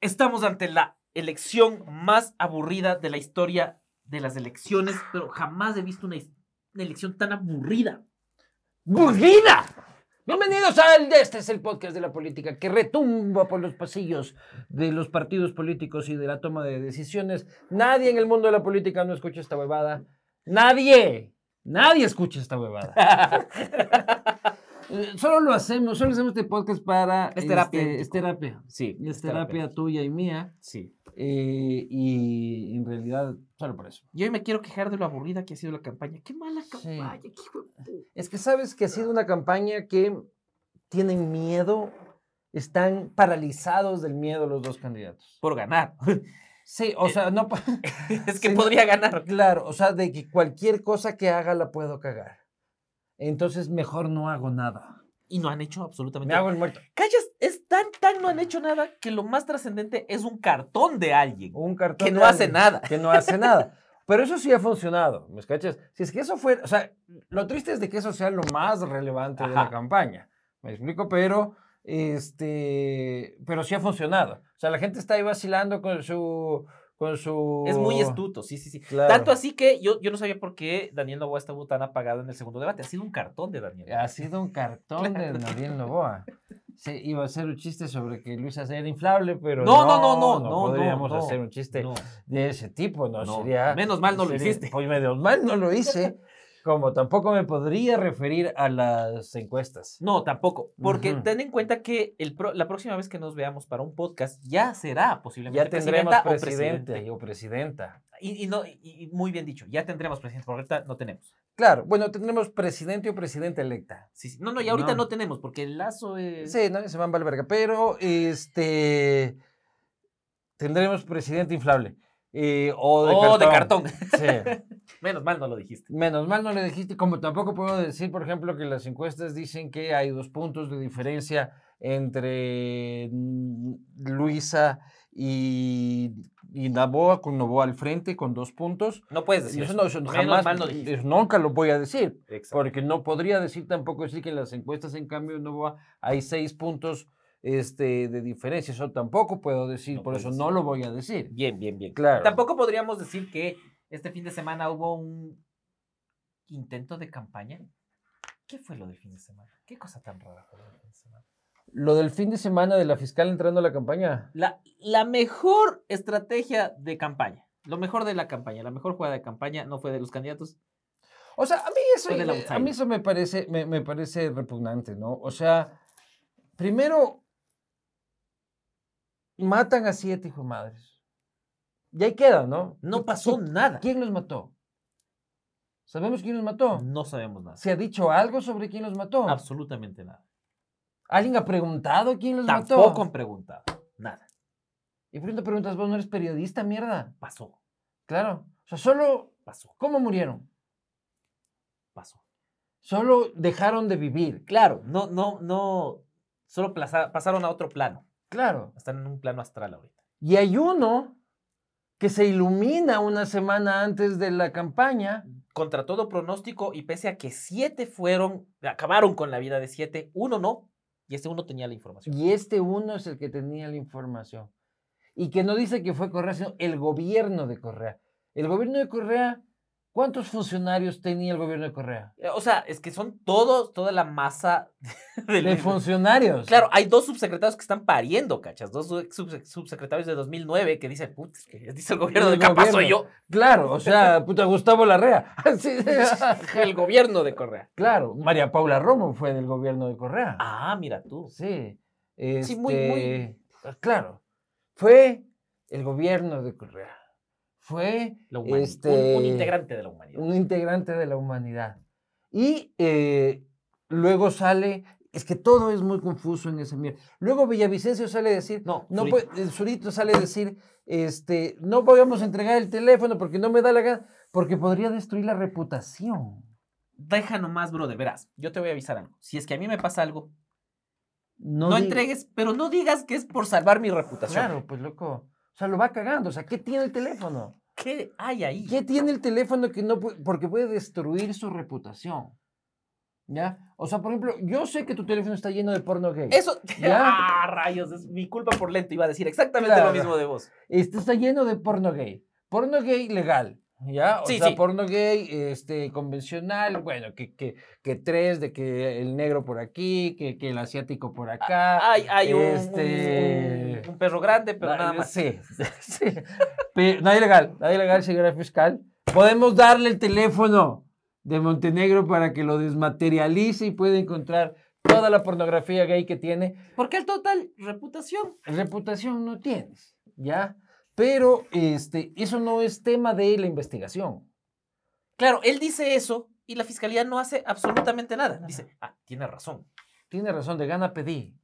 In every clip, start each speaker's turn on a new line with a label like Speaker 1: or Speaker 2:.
Speaker 1: Estamos ante la elección más aburrida de la historia de las elecciones, pero jamás he visto una, una elección tan aburrida.
Speaker 2: ¡Burrida! ¡Pues Bienvenidos al de este es el podcast de la política que retumba por los pasillos de los partidos políticos y de la toma de decisiones. Nadie en el mundo de la política no escucha esta huevada. Nadie, nadie escucha esta huevada. Eh, solo lo hacemos, solo hacemos este podcast para
Speaker 1: Es terapia.
Speaker 2: este, es terapia.
Speaker 1: Sí,
Speaker 2: Y es terapia tuya y mía.
Speaker 1: Sí.
Speaker 2: eh, y en realidad, solo por eso.
Speaker 1: Y hoy me quiero quejar de lo aburrida que ha sido la campaña. ¡Qué mala campaña! qué hijo de pu-
Speaker 2: Es que sabes que ha sido una campaña que tienen miedo, están paralizados del miedo los dos candidatos.
Speaker 1: Por ganar.
Speaker 2: Sí, o sea, no. pa-
Speaker 1: es que
Speaker 2: Sí, no.
Speaker 1: podría ganar.
Speaker 2: Eh, Claro, o sea, de que cualquier cosa que haga la puedo cagar. Entonces, mejor no hago nada.
Speaker 1: Y no han hecho absolutamente
Speaker 2: Me hago el muerto.
Speaker 1: Callas, es tan, tan no han hecho nada que lo más trascendente es un cartón de alguien
Speaker 2: Un cartón.
Speaker 1: que
Speaker 2: de
Speaker 1: no hace
Speaker 2: alguien
Speaker 1: nada.
Speaker 2: Que no hace nada. Pero eso sí ha funcionado, ¿me cachas? Si es que eso fue. O sea, lo triste es de que eso sea lo más relevante de la
Speaker 1: Ajá.
Speaker 2: campaña. ¿Me explico? Pero. Este. Pero sí ha funcionado. O sea, la gente está ahí vacilando con su. Con su.
Speaker 1: Es muy astuto, sí, sí, sí.
Speaker 2: Claro.
Speaker 1: Tanto así que yo, yo no sabía por qué Daniel Novoa estuvo tan apagado en el segundo debate. Ha sido un cartón de Daniel.
Speaker 2: Ha sido un cartón
Speaker 1: Claro.
Speaker 2: de Nadine Novoa. Se iba a hacer un chiste sobre que Luis hacía era inflable, pero
Speaker 1: No, no, no, no, no, no,
Speaker 2: podríamos
Speaker 1: no.
Speaker 2: hacer un chiste
Speaker 1: No.
Speaker 2: de ese tipo, no,
Speaker 1: No.
Speaker 2: sería.
Speaker 1: Menos mal no lo
Speaker 2: sería-
Speaker 1: hiciste.
Speaker 2: Pues menos mal no lo hice. Como tampoco me podría referir a las encuestas.
Speaker 1: No, tampoco. Porque
Speaker 2: Ujú.
Speaker 1: ten en cuenta que el pro- la próxima vez que nos veamos para un podcast ya será posiblemente
Speaker 2: Ya tendremos
Speaker 1: presidenta o
Speaker 2: presidente,
Speaker 1: presidente.
Speaker 2: o presidenta.
Speaker 1: Y, y no, y- y muy bien dicho, ya tendremos presidente, porque ahorita no tenemos.
Speaker 2: Claro, bueno, tendremos presidente o presidenta electa.
Speaker 1: Sí, sí. No, no, y ahorita
Speaker 2: No.
Speaker 1: no. tenemos, porque el lazo es.
Speaker 2: Sí, no, se van para la verga. Pero, este. Tendremos presidente inflable. eh, o de
Speaker 1: Oh, de
Speaker 2: cartón.
Speaker 1: cartón.
Speaker 2: Sí.
Speaker 1: Menos mal no lo dijiste.
Speaker 2: Menos mal no le dijiste, como tampoco puedo decir, por ejemplo, que las encuestas dicen que hay dos puntos de diferencia entre mm, Luisa y, y Novoa, con Novoa al frente, con dos puntos.
Speaker 1: No puedes
Speaker 2: Y
Speaker 1: decir
Speaker 2: Eso,
Speaker 1: eso.
Speaker 2: no, eso
Speaker 1: Menos
Speaker 2: jamás,
Speaker 1: mal no dijiste.
Speaker 2: eso nunca lo voy a decir,
Speaker 1: Exacto.
Speaker 2: porque no podría decir tampoco decir que en las encuestas, en cambio, en Novoa hay seis puntos este, de diferencia. Eso tampoco puedo decir,
Speaker 1: No
Speaker 2: por
Speaker 1: puedes
Speaker 2: eso
Speaker 1: decir.
Speaker 2: no lo voy a decir.
Speaker 1: Bien, bien, bien.
Speaker 2: Claro.
Speaker 1: Tampoco podríamos decir que este fin de semana hubo un intento de campaña. ¿Qué fue lo del fin de semana? ¿Qué cosa tan rara fue lo del fin de semana?
Speaker 2: Lo del fin de semana de la fiscal entrando a la campaña.
Speaker 1: La, la mejor estrategia de campaña, lo mejor de la campaña, la mejor jugada de campaña no fue de los candidatos.
Speaker 2: O sea, a mí eso,
Speaker 1: Soy del
Speaker 2: eh, a
Speaker 1: outsider.
Speaker 2: mí eso me, parece, me, me parece repugnante, ¿no? O sea, primero, matan a siete hijos madres. Y ahí queda, ¿no?
Speaker 1: No pasó nada.
Speaker 2: ¿Quién los mató? ¿Sabemos quién los mató?
Speaker 1: No sabemos nada.
Speaker 2: ¿Se ha dicho algo sobre quién los mató?
Speaker 1: Absolutamente nada.
Speaker 2: ¿Alguien ha preguntado quién
Speaker 1: Pues
Speaker 2: los
Speaker 1: Tampoco han
Speaker 2: mató?
Speaker 1: preguntado. Nada.
Speaker 2: Y pronto preguntas, vos no eres periodista, mierda.
Speaker 1: Pasó,
Speaker 2: Claro. O sea, solo,
Speaker 1: pasó,
Speaker 2: ¿cómo murieron?
Speaker 1: pasó.
Speaker 2: Solo dejaron de vivir.
Speaker 1: Claro, no, no, no. Solo plaza- pasaron a otro plano.
Speaker 2: Claro.
Speaker 1: Están en un plano astral ahorita.
Speaker 2: Y hay uno que se ilumina una semana antes de la campaña.
Speaker 1: contra todo pronóstico y pese a que siete fueron, acabaron con la vida de siete, uno no, y ese uno tenía la información.
Speaker 2: Y este uno es el que tenía la información. Y que no dice que fue Correa, sino el gobierno de Correa. El gobierno de Correa, ¿cuántos funcionarios tenía el gobierno de Correa?
Speaker 1: Eh, O sea, es que son todos, toda la masa del...
Speaker 2: De funcionarios.
Speaker 1: Claro, hay dos subsecretarios que están pariendo, cachas, dos sub- subse- subsecretarios de 2009 que dicen, putz, es que dice el gobierno
Speaker 2: El
Speaker 1: de Capaz soy yo,
Speaker 2: gobierno. Claro, o sea, puta Gustavo Larrea. Sí.
Speaker 1: el gobierno de Correa.
Speaker 2: Claro, María Paula Romo fue del gobierno de Correa.
Speaker 1: Ah, mira tú.
Speaker 2: Sí.
Speaker 1: Sí, muy, muy-
Speaker 2: este, Claro. Fue el gobierno de Correa. Fue
Speaker 1: La humanidad,
Speaker 2: este,
Speaker 1: un, un integrante de la humanidad.
Speaker 2: un integrante de la humanidad. Y eh, luego sale. Es que todo es muy confuso en ese mierda. Luego Villavicencio sale a decir.
Speaker 1: No,
Speaker 2: No
Speaker 1: Zurita.
Speaker 2: puede- el Zurito sale a decir. Este, no podíamos entregar el teléfono porque no me da la gana. Porque podría destruir la reputación.
Speaker 1: Deja nomás, brother, verás, yo te voy a avisar algo. Si es que a mí me pasa algo, no,
Speaker 2: di-
Speaker 1: entregues, pero no digas que es por salvar mi reputación.
Speaker 2: Claro, pues loco. O sea, lo va cagando. O sea, ¿qué tiene el teléfono?
Speaker 1: ¿Qué hay ahí?
Speaker 2: ¿Qué tiene el teléfono que no puede, porque puede destruir su reputación? ¿Ya? O sea, por ejemplo, yo sé que tu teléfono está lleno de porno gay.
Speaker 1: Eso.
Speaker 2: Ya.
Speaker 1: Ah, rayos, es mi culpa por lento. Iba a decir exactamente
Speaker 2: Claro.
Speaker 1: lo mismo de vos.
Speaker 2: Este está lleno de porno gay. Porno gay legal. ¿Ya? O
Speaker 1: Sí,
Speaker 2: sea,
Speaker 1: sí.
Speaker 2: porno gay este, convencional, bueno, que, que, que tres, de que el negro por aquí, que, que el asiático por acá.
Speaker 1: Hay, hay un-
Speaker 2: Este-
Speaker 1: un, un perro grande, pero
Speaker 2: Na-
Speaker 1: nada más.
Speaker 2: Sí, sí. Pe- no hay legal, no hay legal, señora fiscal. Podemos darle el teléfono de Montenegro para que lo desmaterialice y pueda encontrar toda la pornografía gay que tiene.
Speaker 1: Porque el total reputación.
Speaker 2: reputación no tienes, ¿ya? Pero este, eso no es tema de la investigación.
Speaker 1: Claro, él dice eso y la fiscalía no hace absolutamente nada. Dice, ah, tiene razón.
Speaker 2: Tiene razón, de gana pedí.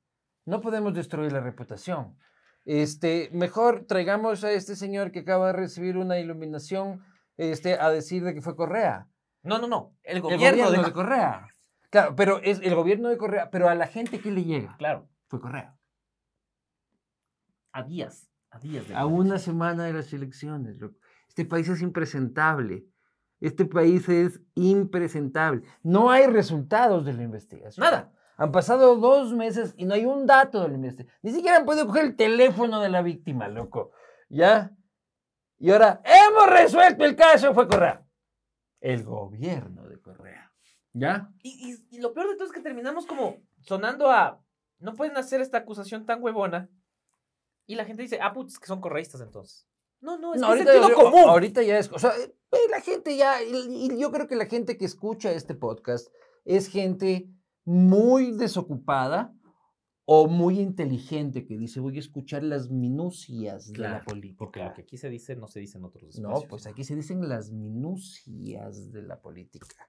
Speaker 2: No podemos destruir la reputación. Este, mejor traigamos a este señor que acaba de recibir una iluminación este, a decir de que fue Correa.
Speaker 1: No, no, no. El
Speaker 2: El
Speaker 1: gobierno,
Speaker 2: gobierno de,
Speaker 1: de-
Speaker 2: Correa. Claro, pero es el gobierno de Correa, pero a la gente que le llega
Speaker 1: Claro,
Speaker 2: fue Correa.
Speaker 1: a días. A días de
Speaker 2: A una semana de las elecciones, loco. Este país es impresentable. Este país es impresentable. No hay resultados de la investigación.
Speaker 1: Nada.
Speaker 2: Han pasado dos meses y no hay un dato de la investigación. Ni siquiera han podido coger el teléfono de la víctima, loco. ¿Ya? Y ahora, hemos resuelto el caso, fue Correa. El gobierno de Correa. ¿Ya?
Speaker 1: Y, y- y lo peor de todo es que terminamos como sonando a. No pueden hacer esta acusación tan huevona. Y la gente dice, ah, putz, que son correístas entonces. No, no, es que es
Speaker 2: ya-
Speaker 1: sentido común.
Speaker 2: ahorita ya es. O sea, eh, la gente ya. Y y yo creo que la gente que escucha este podcast es gente muy desocupada o muy inteligente que dice: Voy a escuchar las minucias de la
Speaker 1: Claro,
Speaker 2: política.
Speaker 1: Porque lo que aquí se dice no se dice en otros
Speaker 2: No, pues aquí se dicen las minucias de la política.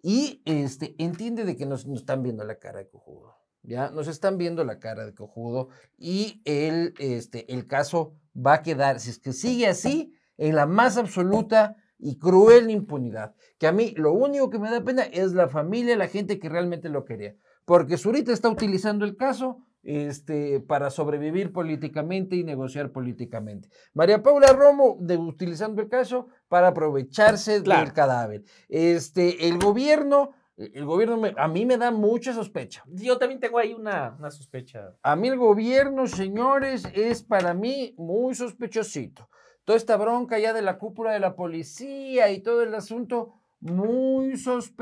Speaker 2: Y este, entiende de que nos, nos están viendo la cara de cojudo. Ya, nos están viendo la cara de cojudo. Y el, este, el caso va a quedar, si es que sigue así, en la más absoluta y cruel impunidad. Que a mí lo único que me da pena es la familia, la gente que realmente lo quería. Porque Zurita está utilizando el caso este, para sobrevivir políticamente y negociar políticamente. María Paula Romo de- utilizando el caso para aprovecharse del
Speaker 1: Claro.
Speaker 2: cadáver. Este, el gobierno, el gobierno me- a mí me da mucha sospecha.
Speaker 1: Yo también tengo ahí una, una sospecha.
Speaker 2: A mí el gobierno, señores, es para mí muy sospechosito. Toda esta bronca ya de la cúpula de la policía y todo el asunto, muy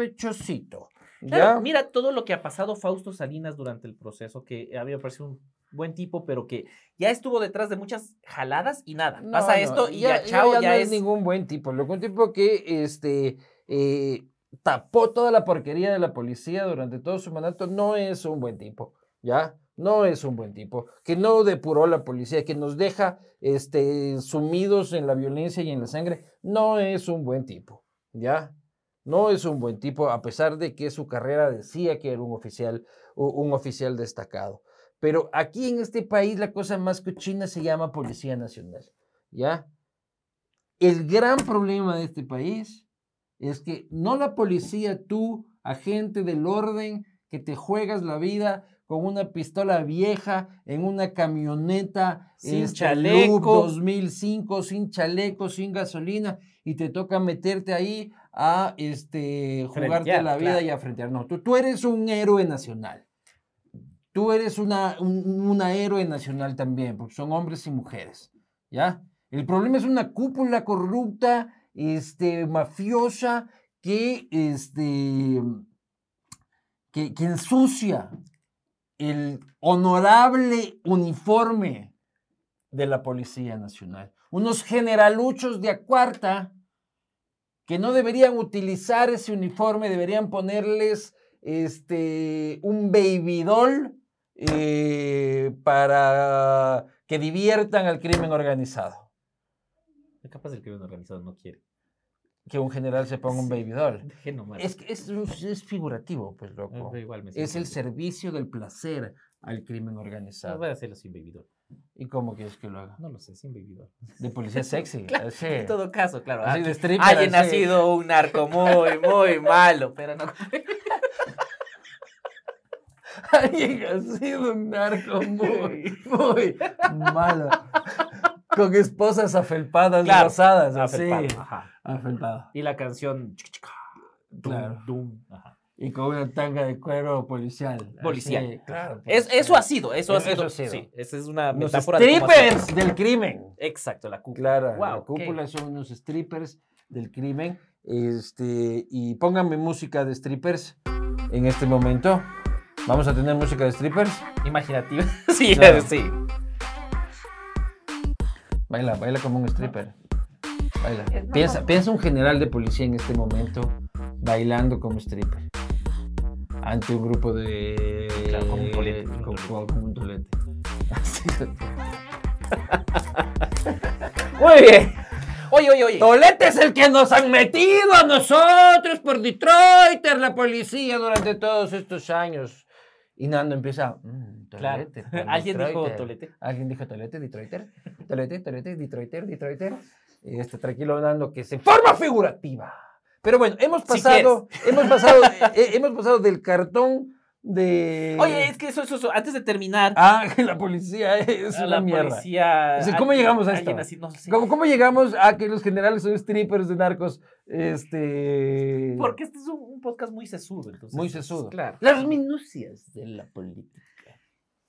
Speaker 2: sospechosito.
Speaker 1: Claro,
Speaker 2: ¿ya?
Speaker 1: mira todo lo que ha pasado Fausto Salinas durante el proceso, que a mí me parece un buen tipo, pero que ya estuvo detrás de muchas jaladas y nada.
Speaker 2: No,
Speaker 1: Pasa
Speaker 2: no,
Speaker 1: esto y ya, chao, ya,
Speaker 2: no
Speaker 1: es.
Speaker 2: ningún buen tipo. Lo que un tipo que este, eh, tapó toda la porquería de la policía durante todo su mandato no es un buen tipo. ¿Ya? No es un buen tipo. Que no depuró la policía, que nos deja este, sumidos en la violencia y en la sangre, no es un buen tipo. ¿Ya? No es un buen tipo, a pesar de que su carrera decía que era un oficial, u- un oficial destacado. Pero aquí en este país la cosa más cochina se llama Policía Nacional. ¿ya? El gran problema de este país es que no la policía, tú, agente del orden, que te juegas la vida con una pistola vieja, en una camioneta,
Speaker 1: Sin
Speaker 2: este,
Speaker 1: chaleco.
Speaker 2: Loop 2005, sin chaleco, sin gasolina, y te toca meterte ahí a este, jugarte
Speaker 1: Frentear,
Speaker 2: la vida
Speaker 1: claro.
Speaker 2: y a frentear. No, tú, tú eres un héroe nacional. Tú eres una, un- una héroe nacional también, porque son hombres y mujeres. ¿ya? El problema es una cúpula corrupta, este, mafiosa, que, este, que, que ensucia el honorable uniforme de la Policía Nacional. Unos generaluchos de a cuarta que no deberían utilizar ese uniforme, deberían ponerles este, un baby doll eh, para que diviertan al crimen organizado.
Speaker 1: Capaz el crimen organizado no quiere.
Speaker 2: Que un general se ponga un
Speaker 1: Sí.
Speaker 2: baby doll.
Speaker 1: Déjenlo mal.
Speaker 2: Es, que es, un- es figurativo, pues loco.
Speaker 1: Da igual, me
Speaker 2: Es
Speaker 1: siento
Speaker 2: el
Speaker 1: bien.
Speaker 2: servicio del placer al crimen
Speaker 1: No,
Speaker 2: organizado.
Speaker 1: voy a hacerlo sin bebidor.
Speaker 2: ¿Y cómo quieres que lo haga?
Speaker 1: No lo sé, sin bebidor.
Speaker 2: De policía sexy. así.
Speaker 1: En todo caso, claro.
Speaker 2: Así
Speaker 1: ah,
Speaker 2: de stripper,
Speaker 1: Haya
Speaker 2: así.
Speaker 1: nacido un narco muy, muy malo, pero no.
Speaker 2: Alguien así de un narco muy, muy malo. Con esposas afelpadas,
Speaker 1: Claro,
Speaker 2: rosadas, así.
Speaker 1: Afelpado, ajá.
Speaker 2: Afelpado.
Speaker 1: Y la canción. chica, chica, dum,
Speaker 2: Claro.
Speaker 1: dum, ajá.
Speaker 2: y con una tanga de cuero policial.
Speaker 1: Policial.
Speaker 2: Así, claro.
Speaker 1: Es,
Speaker 2: policial.
Speaker 1: eso ha sido, eso ha
Speaker 2: Eso
Speaker 1: sido.
Speaker 2: ha sido.
Speaker 1: Sí, esa es una
Speaker 2: Los
Speaker 1: metáfora. de cómo ha sido.
Speaker 2: strippers del crimen.
Speaker 1: Exacto, la cúpula.
Speaker 2: Claro,
Speaker 1: Wow,
Speaker 2: la
Speaker 1: ok.
Speaker 2: cúpula son unos strippers del crimen. Este, y pónganme música de strippers en este momento. Vamos a tener música de strippers.
Speaker 1: Imaginativa. sí,
Speaker 2: Claro.
Speaker 1: sí.
Speaker 2: Baila, baila como un stripper. Baila. Piensa, piensa un general de policía en este momento bailando como stripper. Ante un grupo de.
Speaker 1: Claro, como un tolete,
Speaker 2: Como,
Speaker 1: un tolete.
Speaker 2: como- como un tolete. Así. Muy bien.
Speaker 1: Oye, oye, oye.
Speaker 2: Tolete es el que nos han metido a nosotros por Detroit, la policía, durante todos estos años. Y Nando empieza. mm,
Speaker 1: Claro.
Speaker 2: tolete, por
Speaker 1: Alguien dijo
Speaker 2: Detroiter.
Speaker 1: tolete.
Speaker 2: Alguien dijo Tolete, Detroiter, Tolete, Tolete, Detroiter, Detroiter. Y este tranquilo dando que se forma figurativa. Pero bueno, hemos
Speaker 1: Si
Speaker 2: pasado, hemos pasado, eh, hemos pasado del cartón de.
Speaker 1: Oye, es que eso, eso, eso, antes de terminar,
Speaker 2: Ah, que la policía es
Speaker 1: a
Speaker 2: una
Speaker 1: la
Speaker 2: mierda.
Speaker 1: policía.
Speaker 2: O sea, ¿cómo llegamos a esto?
Speaker 1: alguien así, no sé.
Speaker 2: ¿Cómo, cómo llegamos a que los generales son strippers de narcos? Este.
Speaker 1: Porque este es un, un podcast muy sesudo, entonces.
Speaker 2: Muy sesudo.
Speaker 1: Claro.
Speaker 2: Las minucias de la política.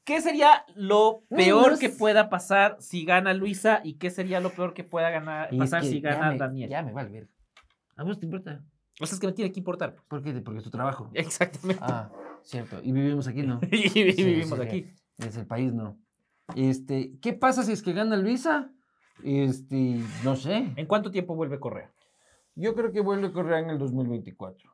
Speaker 1: ¿Qué sería lo
Speaker 2: No, pues
Speaker 1: peor
Speaker 2: no
Speaker 1: que
Speaker 2: es-
Speaker 1: pueda pasar si gana Luisa? ¿Y qué sería lo peor que pueda ganar,
Speaker 2: Y es
Speaker 1: pasar
Speaker 2: que
Speaker 1: si
Speaker 2: ya
Speaker 1: gana
Speaker 2: me-
Speaker 1: Daniel?
Speaker 2: Ya me va a ver. ¿A vos te importa?
Speaker 1: O sea, es que me tiene que importar.
Speaker 2: ¿Por qué? Porque es tu trabajo.
Speaker 1: Eh. Exactamente.
Speaker 2: Ah, cierto. Y vivimos aquí, ¿no?
Speaker 1: y
Speaker 2: sí,
Speaker 1: vivimos
Speaker 2: sí.
Speaker 1: aquí.
Speaker 2: Es el país, no. Este, ¿qué pasa si es que gana Luisa? Este, no sé.
Speaker 1: ¿En cuánto tiempo vuelve Correa?
Speaker 2: Yo creo que vuelve Correa en el 2024.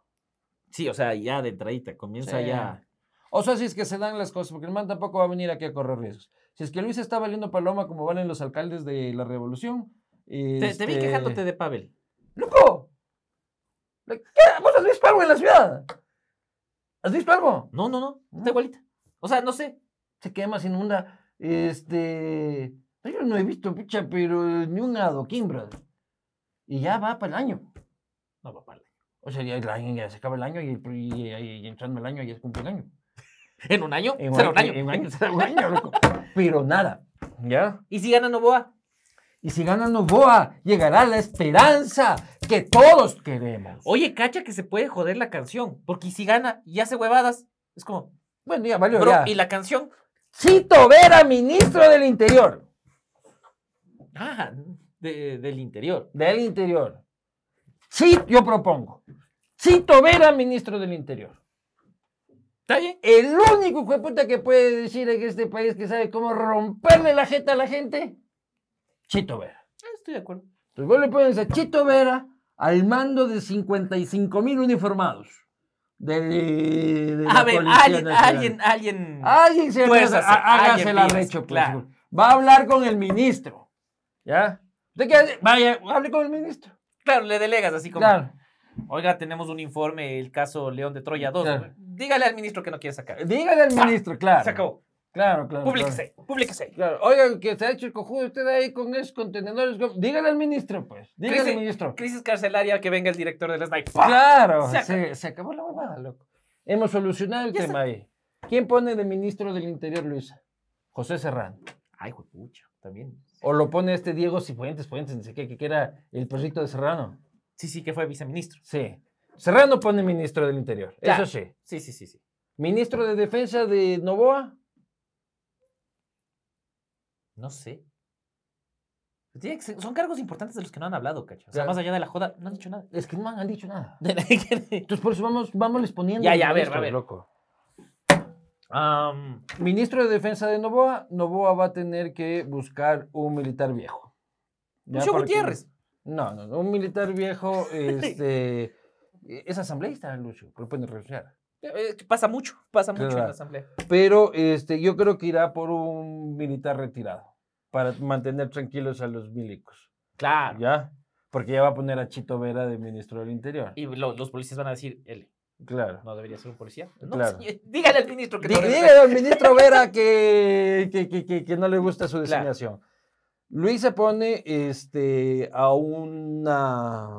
Speaker 1: Sí, o sea, ya de entradita, comienza
Speaker 2: Sí.
Speaker 1: ya.
Speaker 2: O sea, si es que se dan las cosas, porque el man tampoco va a venir aquí a correr riesgos. Si es que Luisa está valiendo paloma como valen los alcaldes de la revolución.
Speaker 1: Te, te vi
Speaker 2: este,
Speaker 1: quejándote de Pavel.
Speaker 2: ¡Loco! ¿Qué? ¿Vos has visto algo en la ciudad? ¿Has visto algo?
Speaker 1: No, no, no,
Speaker 2: ¿No?
Speaker 1: está igualita. O sea, no sé.
Speaker 2: se quema, se inunda. Este. Yo no he visto, pucha, pero ni un adoquín, brother. Y ya va para el año.
Speaker 1: No, papá.
Speaker 2: O sea, ya, el año, ya se acaba el año y, y- y- y entrando el año ya es cumpleaños.
Speaker 1: ¿En un año?
Speaker 2: En
Speaker 1: Será un año.
Speaker 2: En un año, será un año, loco. Pero nada. ¿Ya?
Speaker 1: ¿Y si gana Novoa?
Speaker 2: Y si gana Novoa, llegará la esperanza que todos queremos.
Speaker 1: Oye, cacha que se puede joder la canción. Porque y si gana y hace huevadas, es como,
Speaker 2: Bueno, ya valió
Speaker 1: bro,
Speaker 2: ya.
Speaker 1: ¿y la canción?
Speaker 2: Chito Vera, ministro del Interior.
Speaker 1: Ah, de- del interior.
Speaker 2: del Interior. Sí, yo propongo. Chito Vera, ministro del Interior.
Speaker 1: ¿Está bien?
Speaker 2: El único hijo de puta que puede decir en este país que sabe cómo romperle la jeta a la gente, Chito Vera.
Speaker 1: Ah, Estoy de acuerdo.
Speaker 2: Entonces vos le pones a Chito Vera al mando de 55 mil uniformados. De, de la
Speaker 1: A ver,
Speaker 2: Policía
Speaker 1: alguien,
Speaker 2: Nacional. Ah.
Speaker 1: alguien, alguien.
Speaker 2: Alguien se
Speaker 1: Pues,
Speaker 2: hace-
Speaker 1: hace-
Speaker 2: há-
Speaker 1: alguien
Speaker 2: hágase la
Speaker 1: piensa,
Speaker 2: recho, pues.
Speaker 1: claro.
Speaker 2: Va a hablar con el ministro. ¿Ya? ¿De qué hace? Vaya, hable con el ministro.
Speaker 1: Claro, le delegas así como.
Speaker 2: Claro.
Speaker 1: Oiga, tenemos un informe, el caso León de Troya 2.
Speaker 2: Claro.
Speaker 1: Dígale al ministro que no quiere sacar.
Speaker 2: Dígale al ministro, claro.
Speaker 1: Se acabó.
Speaker 2: Claro, claro.
Speaker 1: Públiquese, públiquese.
Speaker 2: Claro. Claro. Oigan, que se ha hecho el cojudo usted ahí con esos contenedores. con- Dígale al ministro, pues. Dígale
Speaker 1: Crisis-
Speaker 2: al ministro.
Speaker 1: Crisis carcelaria, que venga el director del SNAI.
Speaker 2: Ah. Claro.
Speaker 1: Se
Speaker 2: Se,
Speaker 1: acabó.
Speaker 2: se acabó la huevada, loco. Hemos solucionado el
Speaker 1: Ya
Speaker 2: tema ahí. ¿Quién pone de ministro del Interior, Luisa? José Serrano.
Speaker 1: Ay, pucha, también.
Speaker 2: O lo pone este Diego Cifuentes, Fuentes, no sé qué, que era el proyecto de Serrano.
Speaker 1: Sí, sí, que fue viceministro.
Speaker 2: Sí. Serrano pone ministro del Interior.
Speaker 1: Claro.
Speaker 2: Eso sí.
Speaker 1: Sí, sí, sí, sí.
Speaker 2: Ministro de Defensa de Novoa.
Speaker 1: No sé. Tiene que ser- Son cargos importantes de los que no han hablado, cacho. O sea,
Speaker 2: Claro.
Speaker 1: más allá de la joda, no han dicho nada.
Speaker 2: Es que no han dicho nada. Entonces, por eso vamos, les poniendo.
Speaker 1: Ya, ya, a ver,
Speaker 2: ministros,
Speaker 1: a ver.
Speaker 2: Loco.
Speaker 1: Am,
Speaker 2: Ministro de Defensa de Novoa, Novoa va a tener que buscar un militar viejo. Ya
Speaker 1: Lucio
Speaker 2: para que-
Speaker 1: Gutiérrez.
Speaker 2: No, no, no, un militar viejo, este, es asambleísta, Lucio, pero puede renunciar.
Speaker 1: Eh, que pasa mucho, pasa mucho en
Speaker 2: Claro.
Speaker 1: la asamblea.
Speaker 2: Pero, este, yo creo que irá por un militar retirado para mantener tranquilos a los milicos,
Speaker 1: Claro.
Speaker 2: ¿ya? Porque ya va a poner a Chito Vera de ministro del Interior.
Speaker 1: Y lo- los policías van a decir, él
Speaker 2: Claro.
Speaker 1: no debería ser un policía. No,
Speaker 2: Claro.
Speaker 1: sí, eh, dígale al ministro que
Speaker 2: Dí-
Speaker 1: no debe
Speaker 2: Dígale al ministro Vera que, que, que- que- que no le gusta su
Speaker 1: Claro.
Speaker 2: designación. Luis se pone este, a una.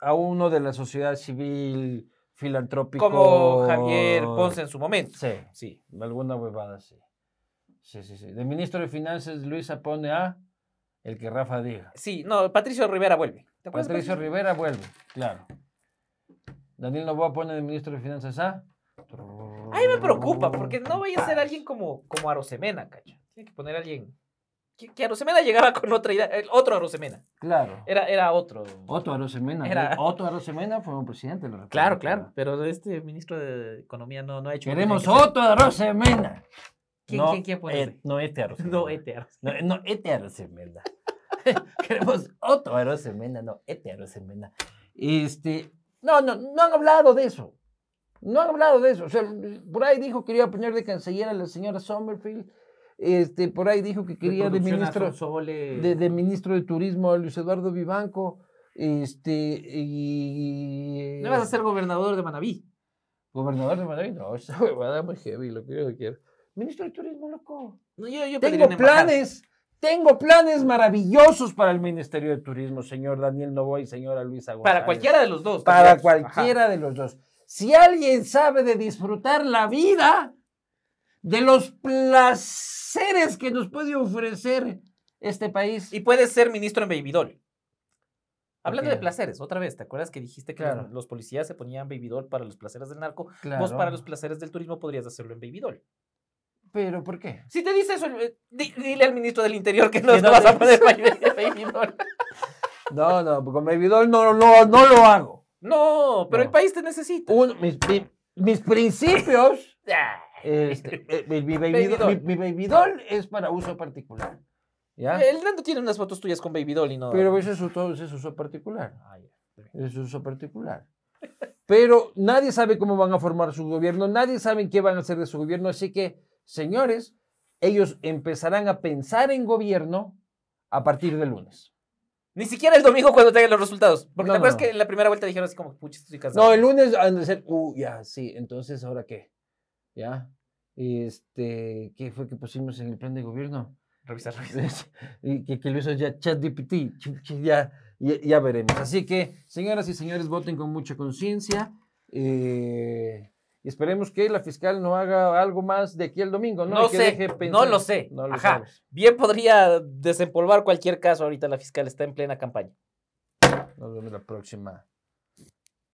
Speaker 2: a uno de la sociedad civil
Speaker 1: ser.
Speaker 2: filantrópico.
Speaker 1: Como Javier Ponce en su momento.
Speaker 2: Sí,
Speaker 1: Sí.
Speaker 2: alguna huevada, sí. Sí, sí, sí. De ministro de Finanzas, Luisa pone a el que Rafa diga.
Speaker 1: Pues, Sí, no, Patricio Rivera vuelve. ¿Te acuerdas de
Speaker 2: Patricio Rivera vuelve, claro. Daniel Novoa pone de ministro de Finanzas a...
Speaker 1: A mí me preocupa, porque no vaya a ser alguien como, como Arosemena, cacha. Tiene que poner a alguien. Que, que Arosemena llegaba con otra idea. el otro Arosemena.
Speaker 2: Claro.
Speaker 1: Era, era otro.
Speaker 2: Otto Arosemena.
Speaker 1: Era-
Speaker 2: Otto Arosemena fue un presidente de la República.
Speaker 1: Claro, claro. Pero este ministro de Economía no, no ha hecho. lo que
Speaker 2: Queremos
Speaker 1: tenía que hacer.
Speaker 2: Otto Arosemena.
Speaker 1: ¿Quién- quién- quién pone
Speaker 2: eh,
Speaker 1: ese?
Speaker 2: no este Arosemena.
Speaker 1: No, este Arosemena.
Speaker 2: No, no, este Arosemena. Queremos Otto Arosemena, no, este Arosemena. Este, no, no, no han hablado de eso. No han hablado de eso. O sea, por ahí dijo que quería poner de canciller a la señora Sommerfield. Este, por ahí dijo que quería de
Speaker 1: producción a
Speaker 2: ministro
Speaker 1: Sonsoles.
Speaker 2: de, de ministro de Turismo a Luis Eduardo Vivanco. Este, y.
Speaker 1: No vas a ser gobernador de Manabí.
Speaker 2: gobernador de Madrid? No, esa huevada es muy heavy, lo que yo quiero. Ministro de Turismo, loco.
Speaker 1: No, yo, yo pediría
Speaker 2: Tengo
Speaker 1: una embajada.
Speaker 2: planes, tengo planes maravillosos para el Ministerio de Turismo, señor Daniel Novoa y señora Luisa González.
Speaker 1: Para cualquiera de los dos.
Speaker 2: Para
Speaker 1: candidatos.
Speaker 2: cualquiera de los dos. Si alguien sabe de disfrutar la vida, de los placeres que nos puede ofrecer este país.
Speaker 1: Ajá. Y puedes ser ministro en Babydoll. Hablando
Speaker 2: Ok.
Speaker 1: de placeres, otra vez, ¿te acuerdas que dijiste que
Speaker 2: Claro.
Speaker 1: los, los policías se ponían Babydoll para los placeres del narco? Vos
Speaker 2: Claro.
Speaker 1: para los placeres del turismo podrías hacerlo en Babydoll.
Speaker 2: Pero ¿por qué?
Speaker 1: Si te dice eso, eh, di- dile al ministro del interior que no,
Speaker 2: Que no
Speaker 1: no vas
Speaker 2: te-
Speaker 1: a poner Babydoll.
Speaker 2: No, no, con Babydoll no, no, no lo hago.
Speaker 1: No, Uh, pero
Speaker 2: No.
Speaker 1: el país te necesita.
Speaker 2: Uno, mis, mi- mis principios
Speaker 1: Ah,
Speaker 2: Este, eh, mi, mi baby
Speaker 1: Baby
Speaker 2: doll-
Speaker 1: doll.
Speaker 2: mi- mi baby doll es para uso particular. ¿Ya?
Speaker 1: El Nando tiene unas fotos tuyas con Babydoll y no.
Speaker 2: Pero ese es, uso, ese es uso particular.
Speaker 1: Ah, ya.
Speaker 2: ese Es uso particular. Pero nadie sabe cómo van a formar su gobierno, nadie sabe qué van a hacer de su gobierno. Así que, señores, ellos empezarán a pensar en gobierno a partir del lunes.
Speaker 1: Ni siquiera el domingo cuando tengan los resultados. Porque
Speaker 2: No,
Speaker 1: te
Speaker 2: no,
Speaker 1: acuerdas
Speaker 2: no.
Speaker 1: que en la primera vuelta dijeron así como, pucha, estoy cansado.
Speaker 2: No, el lunes han de ser, uh, ya, sí, entonces, ¿ahora qué? ¿Ya? Este, ¿qué fue que pusimos en el plan de gobierno?
Speaker 1: Revisar, revisar.
Speaker 2: Es- y que, que lo hizo ya ChatGPT, chu- chu- ya, ya, ya veremos. Así que, señoras y señores, voten con mucha conciencia. eh, y esperemos que la fiscal no haga algo más de aquí el domingo, ¿no?
Speaker 1: No
Speaker 2: Y que
Speaker 1: sé,
Speaker 2: deje
Speaker 1: no
Speaker 2: pensar.
Speaker 1: lo sé,
Speaker 2: No lo
Speaker 1: ajá.
Speaker 2: sabes,
Speaker 1: Bien podría desempolvar cualquier caso ahorita la fiscal, está en plena campaña.
Speaker 2: Nos vemos la próxima.